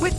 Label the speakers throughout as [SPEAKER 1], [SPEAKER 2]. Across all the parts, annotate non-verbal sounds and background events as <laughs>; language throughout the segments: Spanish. [SPEAKER 1] With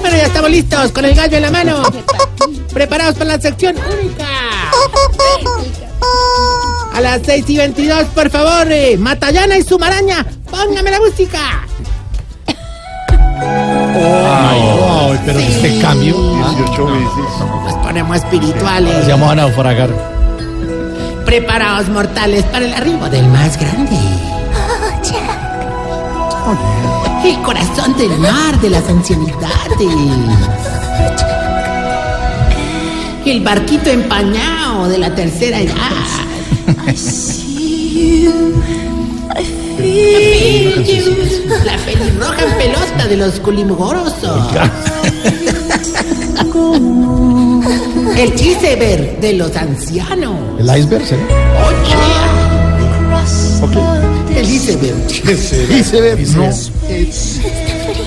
[SPEAKER 2] Bueno, ya estamos listos con el gallo en la mano. Preparados para la sección única. A las 6 y 22, por favor, eh, Matallana y su maraña, póngame la música.
[SPEAKER 3] Ay, pero este cambio.
[SPEAKER 2] Nos ponemos espirituales.
[SPEAKER 3] Se vamos a naufragar.
[SPEAKER 2] Preparados mortales para el arribo del más grande. El corazón del mar de las ancianidades. El barquito empañado de la tercera edad. La pelirroja en pelota de los culimogorosos. El iceberg de los ancianos.
[SPEAKER 3] El iceberg, ¿sí?
[SPEAKER 2] Oye, el iceberg.
[SPEAKER 3] Iceberg, no.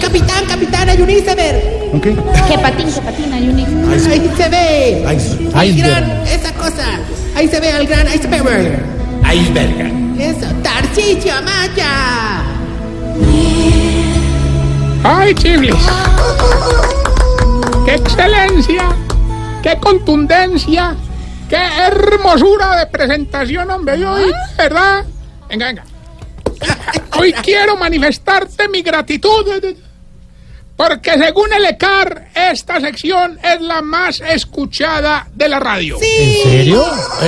[SPEAKER 2] Capitán, capitán, hay un iceberg.
[SPEAKER 4] Que patín, que patín, hay un hijo.
[SPEAKER 2] Ahí se ve. El gran,
[SPEAKER 3] Iceberg.
[SPEAKER 2] esa cosa. Ahí se ve al gran iceberg.
[SPEAKER 3] Iceberg.
[SPEAKER 2] Eso, Tarcisio Maya.
[SPEAKER 5] ¡Ay, chibles! ¡Qué excelencia! ¡Qué contundencia! ¡Qué hermosura de presentación, hombre! Yo hoy, ¿verdad? Venga, venga. Hoy quiero manifestarte mi gratitud. Porque según el E ECAR, esta sección es la más escuchada de la radio. Sí,
[SPEAKER 3] ¿En serio?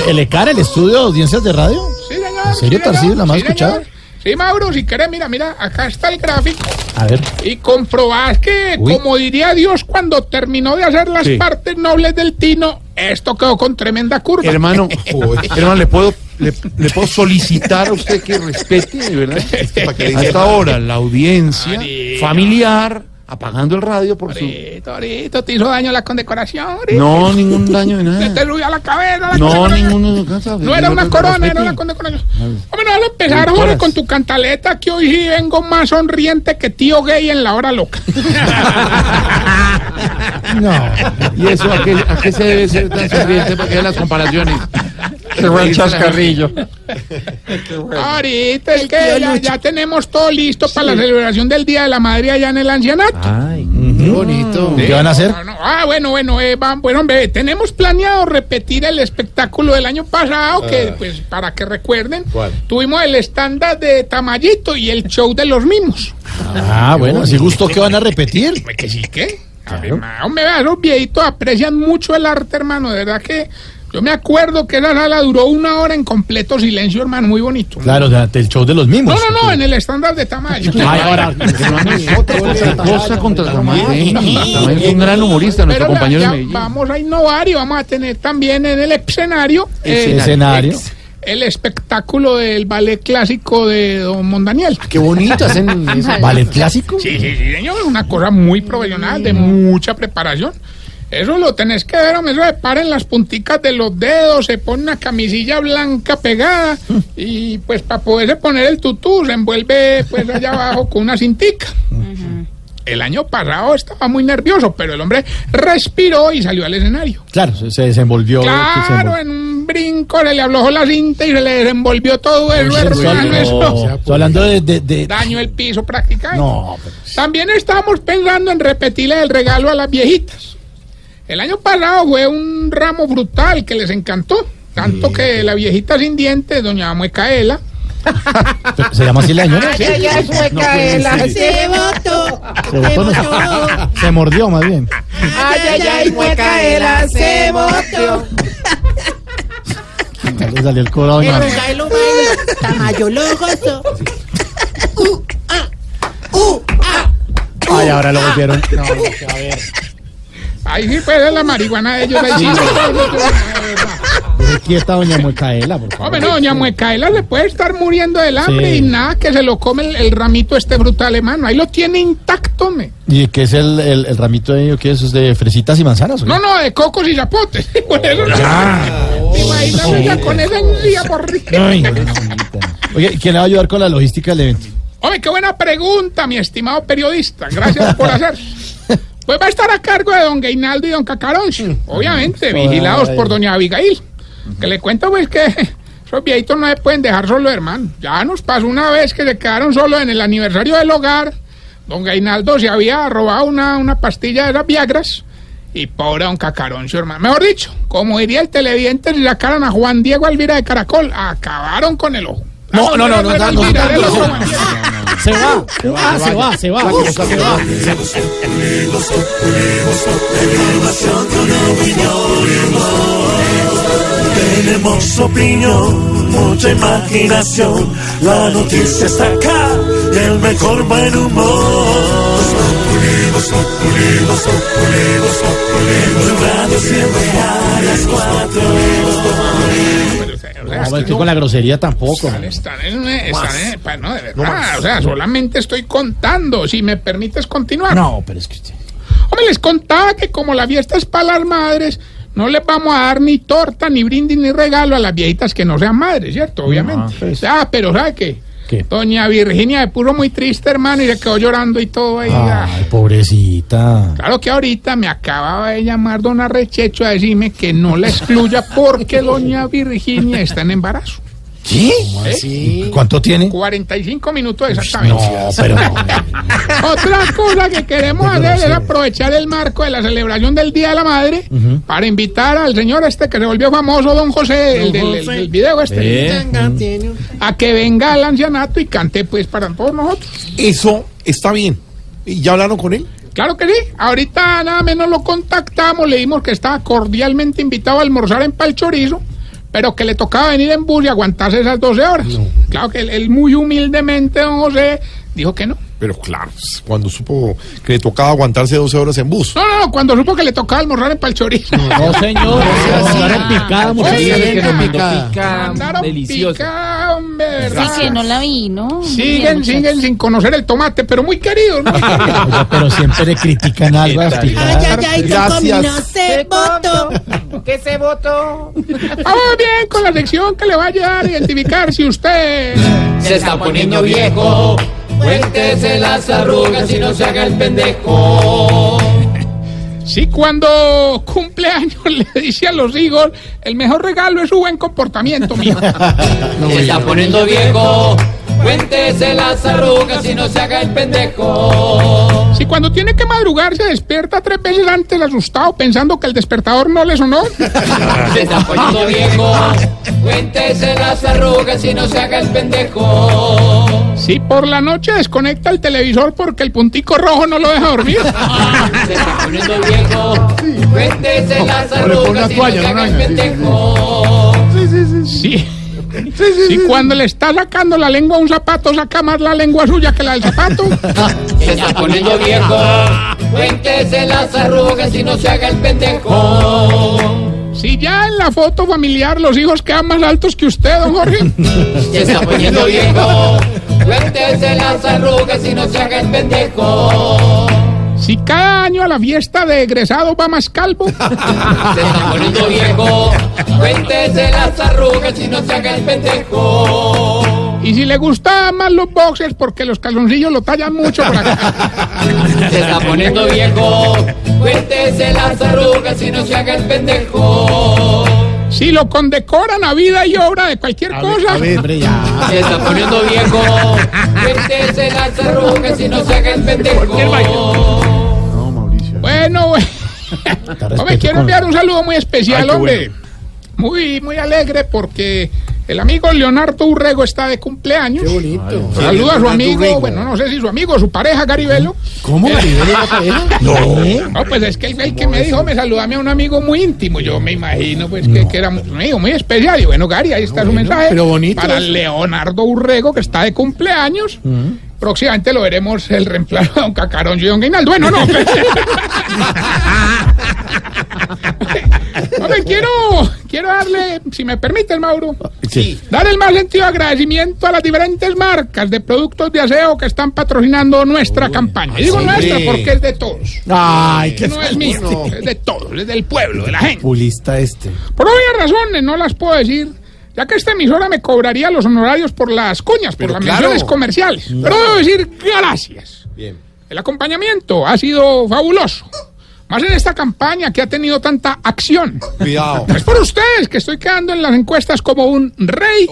[SPEAKER 3] ¿E-, ¿El ECAR, el estudio de audiencias de radio?
[SPEAKER 5] señor.
[SPEAKER 3] ¿En serio,
[SPEAKER 5] sí,
[SPEAKER 3] Tarcisio,
[SPEAKER 5] señor,
[SPEAKER 3] la más
[SPEAKER 5] sí, señor.
[SPEAKER 3] escuchada?
[SPEAKER 5] Sí, Mauro, si querés, mira, mira, acá está el gráfico.
[SPEAKER 3] A ver.
[SPEAKER 5] Y comprobás que,
[SPEAKER 3] Uy.
[SPEAKER 5] como diría Dios, cuando terminó de hacer las
[SPEAKER 6] Sí.
[SPEAKER 5] partes nobles del tino, esto quedó con tremenda
[SPEAKER 7] <laughs>
[SPEAKER 5] curva.
[SPEAKER 6] Hermano, hermano, le puedo, le, le puedo solicitar a usted que respete, ¿verdad? a esta hora, la audiencia
[SPEAKER 5] María.
[SPEAKER 6] familiar, apagando el radio por su.
[SPEAKER 5] Torito, torito, te hizo daño la condecoración. Torito.
[SPEAKER 6] No, ningún daño de
[SPEAKER 5] Te, te
[SPEAKER 6] nada.
[SPEAKER 5] subió a la cabeza. La
[SPEAKER 6] No,
[SPEAKER 5] condecoración.
[SPEAKER 6] ninguno. ¿sabe?
[SPEAKER 5] No era una
[SPEAKER 6] Respete.
[SPEAKER 5] corona, era una condecoración. Hombre, no lo empezar,
[SPEAKER 6] Doctoras.
[SPEAKER 5] joder, con tu cantaleta, que hoy sí vengo más sonriente que tío gay en la hora loca.
[SPEAKER 3] No.
[SPEAKER 6] ¿Y eso a qué, a qué se debe ser tan sonriente para que haya las comparaciones?
[SPEAKER 3] Qué buen chascarrillo.
[SPEAKER 5] Ahorita es que ya, ya tenemos todo listo para la celebración del Día de la Madre allá en el ancianato.
[SPEAKER 6] Ay,
[SPEAKER 3] Qué bonito. ¿Qué van a hacer?
[SPEAKER 5] No, no. Ah, bueno, bueno, eh, van- bueno, hombre, tenemos planeado repetir el espectáculo del año pasado, que
[SPEAKER 3] Ah.
[SPEAKER 5] pues para que recuerden, tuvimos el estándar de Tamayito y el show de los mismos.
[SPEAKER 3] Ah, bueno, si gusto, ¿qué van a repetir?
[SPEAKER 5] Pues que sí, ¿qué? A ver, ma, hombre, vea, los viejitos aprecian mucho el arte, hermano, de verdad que yo me acuerdo que la sala duró una hora en completo silencio, hermano, muy bonito.
[SPEAKER 3] Claro, durante el show de los mismos.
[SPEAKER 5] No, no, no, en el estándar de Tamayito.
[SPEAKER 3] Ay,
[SPEAKER 6] <laughs>
[SPEAKER 3] ahora.
[SPEAKER 5] <laughs>
[SPEAKER 6] cosa contra Tamayo. eh. Tamayo es un gran humorista, nuestro
[SPEAKER 5] Pero la-
[SPEAKER 6] compañero de
[SPEAKER 5] ya
[SPEAKER 6] Medellín.
[SPEAKER 5] vamos a innovar y vamos a tener también en el escenario eh,
[SPEAKER 3] Escenario.
[SPEAKER 5] el espectáculo del ballet clásico de Don Mondaniel.
[SPEAKER 6] Qué bonito hacen
[SPEAKER 3] <laughs>
[SPEAKER 6] eso.
[SPEAKER 3] ¿Ballet clásico?
[SPEAKER 5] Sí, sí, sí, señor, una cosa muy profesional, de mucha preparación. Eso lo tenés que ver, hombre, eso se paren las punticas de los dedos, se pone una camisilla blanca pegada y pues para poderse poner el tutú se envuelve pues allá abajo con una cintica. El año pasado estaba muy nervioso, pero el hombre respiró y salió al escenario.
[SPEAKER 3] Claro, se se desenvolvió. se
[SPEAKER 5] Claro,
[SPEAKER 3] desenvolvió.
[SPEAKER 5] en un brinco se le aflojó la cinta y se le desenvolvió todo el
[SPEAKER 3] Estoy
[SPEAKER 5] hermano.
[SPEAKER 3] hablando-
[SPEAKER 5] Eso
[SPEAKER 3] estoy hablando de... de- de-
[SPEAKER 5] daño el piso prácticamente.
[SPEAKER 3] No, pero-
[SPEAKER 5] También estamos pensando en repetirle el regalo a las viejitas. El año pasado fue un ramo brutal que les encantó. Tanto que la viejita sin dientes, doña Muecaela,
[SPEAKER 3] pero ¿se llama así la señora?
[SPEAKER 2] Se votó.
[SPEAKER 3] Se, botó, no. Se mordió más bien.
[SPEAKER 2] Ay, ay, ay, Micaela se votó.
[SPEAKER 3] Ya le salió el coro ay,
[SPEAKER 2] El
[SPEAKER 3] madre.
[SPEAKER 2] Micaelo baila. Tamayo lo gozó. Uh, ah, uh, ah.
[SPEAKER 3] Ay, ahora lo volvieron. <laughs>
[SPEAKER 5] ahí sí puede la marihuana de ellos. ahí sí.
[SPEAKER 3] Deje quieta, doña Muecaela, por favor.
[SPEAKER 5] Hombre, no, doña Muecaela le puede estar muriendo del hambre
[SPEAKER 3] Sí.
[SPEAKER 5] y nada que se lo come el, el ramito este brutal alemán. Ahí lo tiene intacto, me.
[SPEAKER 3] ¿Y qué es el, el, el ramito de ello? ¿Qué es? ¿Es de fresitas y manzanas? o qué?
[SPEAKER 5] No, no, de cocos y zapotes. <laughs> Por eso se- <laughs> Imagínate ya con esa encía por
[SPEAKER 3] Ay, mamita. Oye, ¿quién le va a ayudar con la logística del evento?
[SPEAKER 5] Hombre, qué buena pregunta, mi estimado periodista. Gracias por
[SPEAKER 6] <laughs>
[SPEAKER 5] hacer. Pues va a estar a cargo de don Gainaldo y don Cacaroncio, obviamente, vigilados por doña Abigail. Que le cuento, pues, que <laughs> esos viejitos no se pueden dejar solo, hermano. Ya nos pasó una vez que se quedaron solos en el aniversario del hogar. Don Gainaldo se había robado una, una pastilla de las Viagras. Y pobre don Cacaroncio, hermano. Mejor dicho, como diría el televidente, le sacaron a Juan Diego Alvira de Caracol. Acabaron con el ojo.
[SPEAKER 6] No, no, no, no,
[SPEAKER 5] Alvira,
[SPEAKER 6] no, no,
[SPEAKER 5] era el
[SPEAKER 6] no,
[SPEAKER 5] ojo,
[SPEAKER 6] no.
[SPEAKER 5] Juan Diego.
[SPEAKER 3] Se va, se va, se va, se va. Se va.
[SPEAKER 8] Tenemos opinión, mucha imaginación. La noticia está acá y el mejor buen humor. Pulimos, pulimos, pulimos, pulimos. Radio siempre a las cuatro.
[SPEAKER 5] O sea,
[SPEAKER 3] No,
[SPEAKER 5] es que
[SPEAKER 3] estoy con la grosería tampoco. man.
[SPEAKER 5] Están en, están en- pa- no, de verdad, o sea, solamente estoy contando, si me permites continuar.
[SPEAKER 3] No, pero es que usted.
[SPEAKER 5] Hombre, les contaba que como la fiesta es para las madres, no les vamos a dar ni torta, ni brindis, ni regalo a las viejitas que no sean madres, ¿cierto? Obviamente.
[SPEAKER 3] pues.
[SPEAKER 5] Ah, pero ¿sabe qué?
[SPEAKER 3] ¿Qué?
[SPEAKER 5] Doña Virginia se puso muy triste, hermano, y se quedó llorando y todo ahí. ah.
[SPEAKER 3] Ay, pobrecita.
[SPEAKER 5] Claro que ahorita me acababa de llamar don Arrechecho a decirme que no la excluya
[SPEAKER 3] <laughs>
[SPEAKER 5] porque doña Virginia está en embarazo.
[SPEAKER 3] ¿Sí? ¿Eh? ¿Cuánto tiene?
[SPEAKER 5] 45 minutos exactamente.
[SPEAKER 3] No, pero.
[SPEAKER 5] Otra cosa que queremos hacer es aprovechar el marco de la celebración del Día de la Madre para invitar al señor este que se volvió famoso, don José, el del, del- del video este, a que venga al ancianato y cante pues para todos nosotros.
[SPEAKER 6] <laughs> Eso está bien. ¿Y ya hablaron con él?
[SPEAKER 5] Claro que sí, ahorita nada menos lo contactamos, le dimos que estaba cordialmente invitado a almorzar en Palchorizo, pero que le tocaba venir en bus y aguantarse esas 12 horas. Claro que él, él muy humildemente, don José, dijo que no.
[SPEAKER 6] Pero claro, cuando supo que le tocaba aguantarse 12 horas en bus.
[SPEAKER 5] No, no, no, cuando supo que le tocaba almorzar en Palchorizo. <laughs>
[SPEAKER 3] No, señor. Ahora en picada, muchachos.
[SPEAKER 5] Oiga.
[SPEAKER 9] Picada,
[SPEAKER 5] Andaron
[SPEAKER 9] deliciosa.
[SPEAKER 5] picada, hombre,
[SPEAKER 4] Sí,
[SPEAKER 5] ¿verdad?
[SPEAKER 4] que no la vi, ¿no? Muy bien,
[SPEAKER 5] Siguen,
[SPEAKER 4] muchachos.
[SPEAKER 5] siguen sin conocer el tomate, pero muy
[SPEAKER 4] <laughs>
[SPEAKER 5] queridos. ¿no?
[SPEAKER 3] Oiga, pero siempre le critican algo a las
[SPEAKER 2] Ay,
[SPEAKER 3] picadas.
[SPEAKER 2] ay, ay,
[SPEAKER 6] Gracias.
[SPEAKER 2] Gracias. no se voto.
[SPEAKER 9] ¿Qué se votó?
[SPEAKER 5] Vamos bien con la sección que le va a ayudar a identificar si usted...
[SPEAKER 9] Se está poniendo viejo. Cuéntese las arrugas y no se haga el pendejo.
[SPEAKER 5] Si cuando cumple años <laughs> le dice a los hijos, el mejor regalo es su buen
[SPEAKER 4] <laughs>
[SPEAKER 5] comportamiento, mijo.
[SPEAKER 9] Se está poniendo viejo. Cuéntese las arrugas y no se haga el pendejo.
[SPEAKER 5] Si cuando tiene que madrugar se despierta tres veces antes asustado pensando que el despertador no le
[SPEAKER 4] <laughs>
[SPEAKER 5] sonó.
[SPEAKER 9] Se está poniendo viejo. Cuéntese las arrugas y no se haga el pendejo.
[SPEAKER 5] Si por la noche desconecta el televisor porque el puntico rojo no lo deja dormir.
[SPEAKER 9] Se está poniendo viejo. Cuéntese las
[SPEAKER 6] una
[SPEAKER 9] arrugas y no
[SPEAKER 6] toalla,
[SPEAKER 9] se haga el
[SPEAKER 6] una araña, sí,
[SPEAKER 9] pendejo.
[SPEAKER 5] Sí. Si cuando le está sacando la lengua a un zapato, saca más la lengua suya que la del <laughs> zapato.
[SPEAKER 9] Se está poniendo viejo. Cuéntese las arrugas y no se haga el pendejo.
[SPEAKER 5] Si ya en la foto familiar los hijos quedan más altos que usted, don Jorge.
[SPEAKER 9] Se está poniendo viejo. Cuéntese las arrugas y no se haga el pendejo.
[SPEAKER 5] Si cada año a la fiesta de egresado va
[SPEAKER 9] <laughs>
[SPEAKER 5] más calvo.
[SPEAKER 9] Este Se está poniendo viejo. Cuéntese las arrugas y no se haga el pendejo.
[SPEAKER 5] Y si le gustan más los boxers porque los calzoncillos lo tallan mucho
[SPEAKER 9] <laughs>
[SPEAKER 5] por acá.
[SPEAKER 9] Se está poniendo viejo. Cuéntese las arrugas y no se haga el pendejo.
[SPEAKER 5] Si lo condecoran a vida y obra de cualquier cosa.
[SPEAKER 3] Hombre, ya.
[SPEAKER 9] Se está poniendo viejo. Cuéntese las arrugas y no se haga el pendejo.
[SPEAKER 5] Bueno, bueno.
[SPEAKER 3] Está
[SPEAKER 5] Hombre,
[SPEAKER 3] respeto
[SPEAKER 5] quiero
[SPEAKER 3] con-
[SPEAKER 5] enviar un saludo muy especial, hombre. Muy, muy alegre porque el amigo Leonardo Urrego está de cumpleaños. Qué bonito. Saluda a su amigo, bueno, no sé si su amigo, su pareja, Garibelo.
[SPEAKER 3] ¿Cómo? Garibel era pareja?
[SPEAKER 6] ¿Eh?
[SPEAKER 3] No.
[SPEAKER 5] Eh. <laughs> No, pues es que el, el que me dijo, me saludame a un amigo muy íntimo. Yo me imagino, pues, que, que era muy, un amigo muy especial. Y bueno, Gary, ahí está su mensaje.
[SPEAKER 6] pero bonito
[SPEAKER 5] Para
[SPEAKER 6] eso.
[SPEAKER 5] Leonardo Urrego, que está de cumpleaños.
[SPEAKER 6] Mm.
[SPEAKER 5] Próximamente lo veremos el reemplazo de Don Cacarón y Don Guinaldo. Bueno, no. pues. <laughs> no me quiero, quiero darle, si me permite, Mauro, dar el más sentido agradecimiento a las diferentes marcas de productos de aseo que están patrocinando nuestra campaña. Y digo
[SPEAKER 6] sí.
[SPEAKER 5] nuestra porque es de todos.
[SPEAKER 6] Ay, qué
[SPEAKER 5] no es mío, es de todos, es del pueblo, de la gente.
[SPEAKER 6] Populista este.
[SPEAKER 5] Por obvias razones, no las puedo decir, ya que esta emisora me cobraría los honorarios por las cuñas, por
[SPEAKER 6] Pero
[SPEAKER 5] las
[SPEAKER 6] claro.
[SPEAKER 5] menciones comerciales. Pero debo decir gracias.
[SPEAKER 6] Bien.
[SPEAKER 5] El acompañamiento ha sido fabuloso. Más en esta campaña que ha tenido tanta acción.
[SPEAKER 6] Cuidado.
[SPEAKER 5] Es por ustedes que estoy quedando en las encuestas como un rey.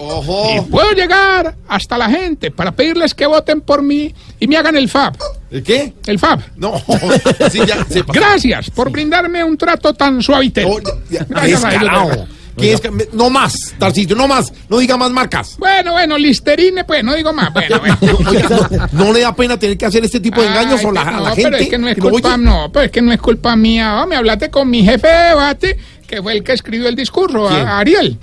[SPEAKER 5] Y puedo llegar hasta la gente para pedirles que voten por mí y me hagan el FAB.
[SPEAKER 7] ¿El qué?
[SPEAKER 5] El FAB.
[SPEAKER 7] No, <laughs> sí, ya Oh, sepa.
[SPEAKER 5] Gracias por brindarme un trato tan suavitero. Gracias a ellos, de verdad.
[SPEAKER 7] Descarado. ¿Qué es? No más, Tarcito, no más. No diga más marcas.
[SPEAKER 5] Bueno, bueno, Listerine, pues, no digo más.
[SPEAKER 7] <laughs>
[SPEAKER 5] Bueno, bueno.
[SPEAKER 7] Oiga, no, no le da pena tener que hacer este tipo de engaños
[SPEAKER 5] Ay,
[SPEAKER 7] a la,
[SPEAKER 5] pero
[SPEAKER 7] a la
[SPEAKER 5] no,
[SPEAKER 7] gente.
[SPEAKER 5] Pero es que no es
[SPEAKER 7] que lo
[SPEAKER 5] culpa,
[SPEAKER 7] oye.
[SPEAKER 5] no, pero es que no es culpa mía. Oh, me hablaste con mi jefe de debate, que fue el que escribió el discurso, a-
[SPEAKER 7] ¿Quién?
[SPEAKER 5] a Ariel.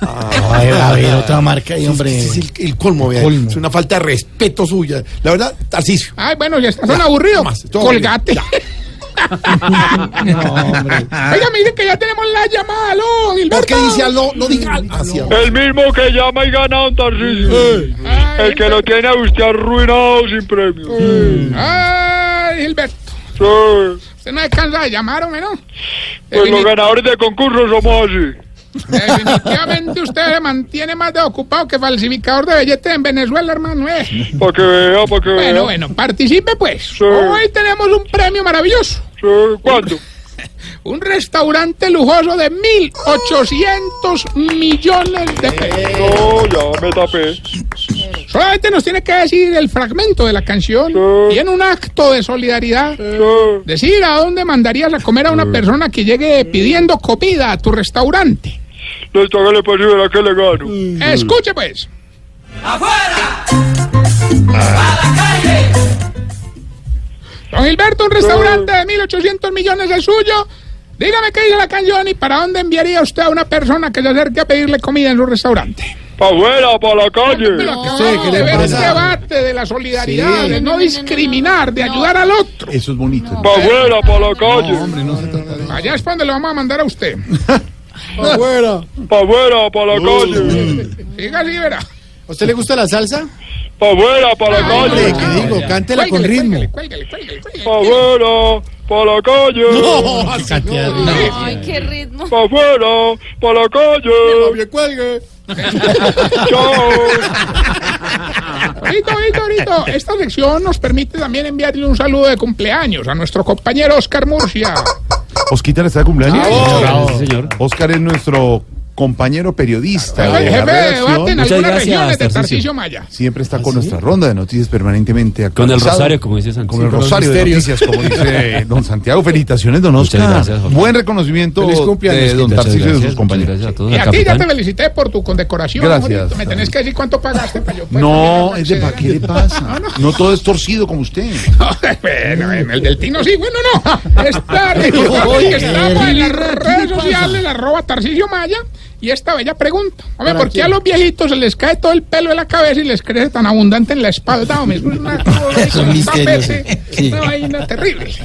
[SPEAKER 3] Ay, a ver, otra marca ahí, hombre.
[SPEAKER 7] Es el, el colmo, vea.
[SPEAKER 3] Colmo.
[SPEAKER 7] Es una falta de respeto suya. La verdad, Tarcicio.
[SPEAKER 5] Ay, bueno, ya estás tan aburrido.
[SPEAKER 7] no más, todo
[SPEAKER 5] Colgate.
[SPEAKER 3] No, hombre.
[SPEAKER 5] Oiga, me dice que ya tenemos la llamada. Aló,
[SPEAKER 7] ¿Por
[SPEAKER 5] Gilberto.
[SPEAKER 7] qué dice aló? Ah. No diga al- hacia
[SPEAKER 10] El mismo que llama y gana un Tarcisio.
[SPEAKER 5] Ay,
[SPEAKER 10] El que lo tiene a usted arruinado sin premio.
[SPEAKER 5] Ay, Gilberto.
[SPEAKER 10] Sí.
[SPEAKER 5] Usted no descansa de llamar, hombre, ¿no?
[SPEAKER 10] Pues los
[SPEAKER 5] Defini-
[SPEAKER 10] ganadores de concurso somos así.
[SPEAKER 5] Definitivamente usted se mantiene más desocupado que falsificador de billetes en Venezuela, hermano. eh.
[SPEAKER 10] Para que vea, para que vea.
[SPEAKER 5] Bueno, bueno, participe pues. Hoy tenemos un premio maravilloso.
[SPEAKER 10] ¿Cuánto?
[SPEAKER 5] Un restaurante lujoso de 1.800 millones de pesos.
[SPEAKER 10] No, ya me tapé.
[SPEAKER 5] Solamente nos tiene que decir el fragmento de la canción y en un acto de solidaridad decir a dónde mandarías a comer a una persona que llegue pidiendo comida a tu restaurante.
[SPEAKER 10] Listo, hágale pues y verá que le gano.
[SPEAKER 5] Escuche pues. ¡Afuera! ¡A la calle! Ah. Don Gilberto, un restaurante de 1.800 millones es suyo. Dígame qué dice la canción y para dónde enviaría usted a una persona que se acerque a pedirle comida en su restaurante.
[SPEAKER 10] Pa' afuera, pa' la
[SPEAKER 5] Pero
[SPEAKER 10] calle.
[SPEAKER 5] acabamos
[SPEAKER 6] sé, ¿qué le
[SPEAKER 5] de ver
[SPEAKER 6] pasa?
[SPEAKER 5] el debate de la solidaridad,
[SPEAKER 6] Sí.
[SPEAKER 5] de no discriminar, de ayudar al otro.
[SPEAKER 6] Eso es bonito.
[SPEAKER 10] Pa' afuera, pa' la calle.
[SPEAKER 6] Hombre, no se trata de
[SPEAKER 5] Allá es para donde lo vamos a mandar a usted.
[SPEAKER 6] Bueno.
[SPEAKER 10] Pa' afuera, pa' la calle.
[SPEAKER 5] Diga así, verá.
[SPEAKER 6] ¿A usted le gusta la salsa?
[SPEAKER 10] Pa' afuera, pa' la
[SPEAKER 6] Hombre,
[SPEAKER 10] calle.
[SPEAKER 6] que digo, cántela con
[SPEAKER 5] Cuélguele,
[SPEAKER 6] ritmo.
[SPEAKER 3] <laughs>
[SPEAKER 5] cuélguele, cuélguele, cuélguele, cuélguele.
[SPEAKER 10] Pa' afuera, pa' la calle.
[SPEAKER 7] No, hacia
[SPEAKER 11] Ay, qué ritmo.
[SPEAKER 10] Pa' afuera, pa' la calle.
[SPEAKER 7] cuelgue.
[SPEAKER 10] <laughs>
[SPEAKER 5] <laughs>
[SPEAKER 10] Chao.
[SPEAKER 5] Ahorita, ahorita, ahorita. Esta lección nos permite también enviarle un saludo de cumpleaños a nuestro compañero Oscar Murcia.
[SPEAKER 6] Osquita le está de cumpleaños.
[SPEAKER 3] Bravo, sí, señor.
[SPEAKER 6] Oscar es nuestro compañero periodista.
[SPEAKER 5] Fue
[SPEAKER 6] de
[SPEAKER 5] el
[SPEAKER 6] la
[SPEAKER 5] jefe de
[SPEAKER 6] redacción.
[SPEAKER 5] debate en
[SPEAKER 12] Muchas
[SPEAKER 5] algunas
[SPEAKER 12] gracias,
[SPEAKER 5] regiones de
[SPEAKER 12] Tarcisio. ¿Ah,
[SPEAKER 5] Tarcisio Maya.
[SPEAKER 6] Siempre está con nuestra ronda de noticias permanentemente
[SPEAKER 12] Con el
[SPEAKER 6] actualizado.
[SPEAKER 12] rosario, como dice Santiago.
[SPEAKER 6] Con el rosario de
[SPEAKER 12] Misterio.
[SPEAKER 6] noticias, como
[SPEAKER 12] <laughs>
[SPEAKER 6] dice don Santiago. Felicitaciones, don
[SPEAKER 12] Muchas
[SPEAKER 6] Oscar.
[SPEAKER 12] gracias, Jorge.
[SPEAKER 6] Buen reconocimiento
[SPEAKER 12] Feliz cumpleaños,
[SPEAKER 6] de don
[SPEAKER 12] Oscar.
[SPEAKER 6] Tarcísio y de
[SPEAKER 12] Muchas
[SPEAKER 6] sus
[SPEAKER 12] gracias,
[SPEAKER 6] compañeros.
[SPEAKER 12] muchas gracias a todos.
[SPEAKER 5] Y a ti ya
[SPEAKER 12] capitán.
[SPEAKER 5] te felicité por tu condecoración.
[SPEAKER 6] Gracias,
[SPEAKER 5] Jorgito. Me tenés
[SPEAKER 6] Tarcisio.
[SPEAKER 5] que decir cuánto pagaste para yo. poder
[SPEAKER 6] No,
[SPEAKER 5] mandarme
[SPEAKER 6] es de
[SPEAKER 5] acceder
[SPEAKER 6] pa'
[SPEAKER 5] a-
[SPEAKER 6] qué le pasa. No todo es torcido como usted.
[SPEAKER 5] <laughs> bueno, en el del Tino sí, bueno, no. Es tarde.
[SPEAKER 6] Oye,
[SPEAKER 5] Estamos en las
[SPEAKER 6] ¿qué
[SPEAKER 5] redes
[SPEAKER 6] pasa?
[SPEAKER 5] sociales, la arroba Tarcisio Maya. Y esta bella pregunta. Hombre, ¿por qué a los viejitos se les cae todo el pelo de la cabeza y les crece tan abundante en la espalda? Hombre, es una cosa, es
[SPEAKER 3] Son
[SPEAKER 5] un
[SPEAKER 3] misterios,
[SPEAKER 5] tapete,
[SPEAKER 3] sí.
[SPEAKER 5] una vaina terrible.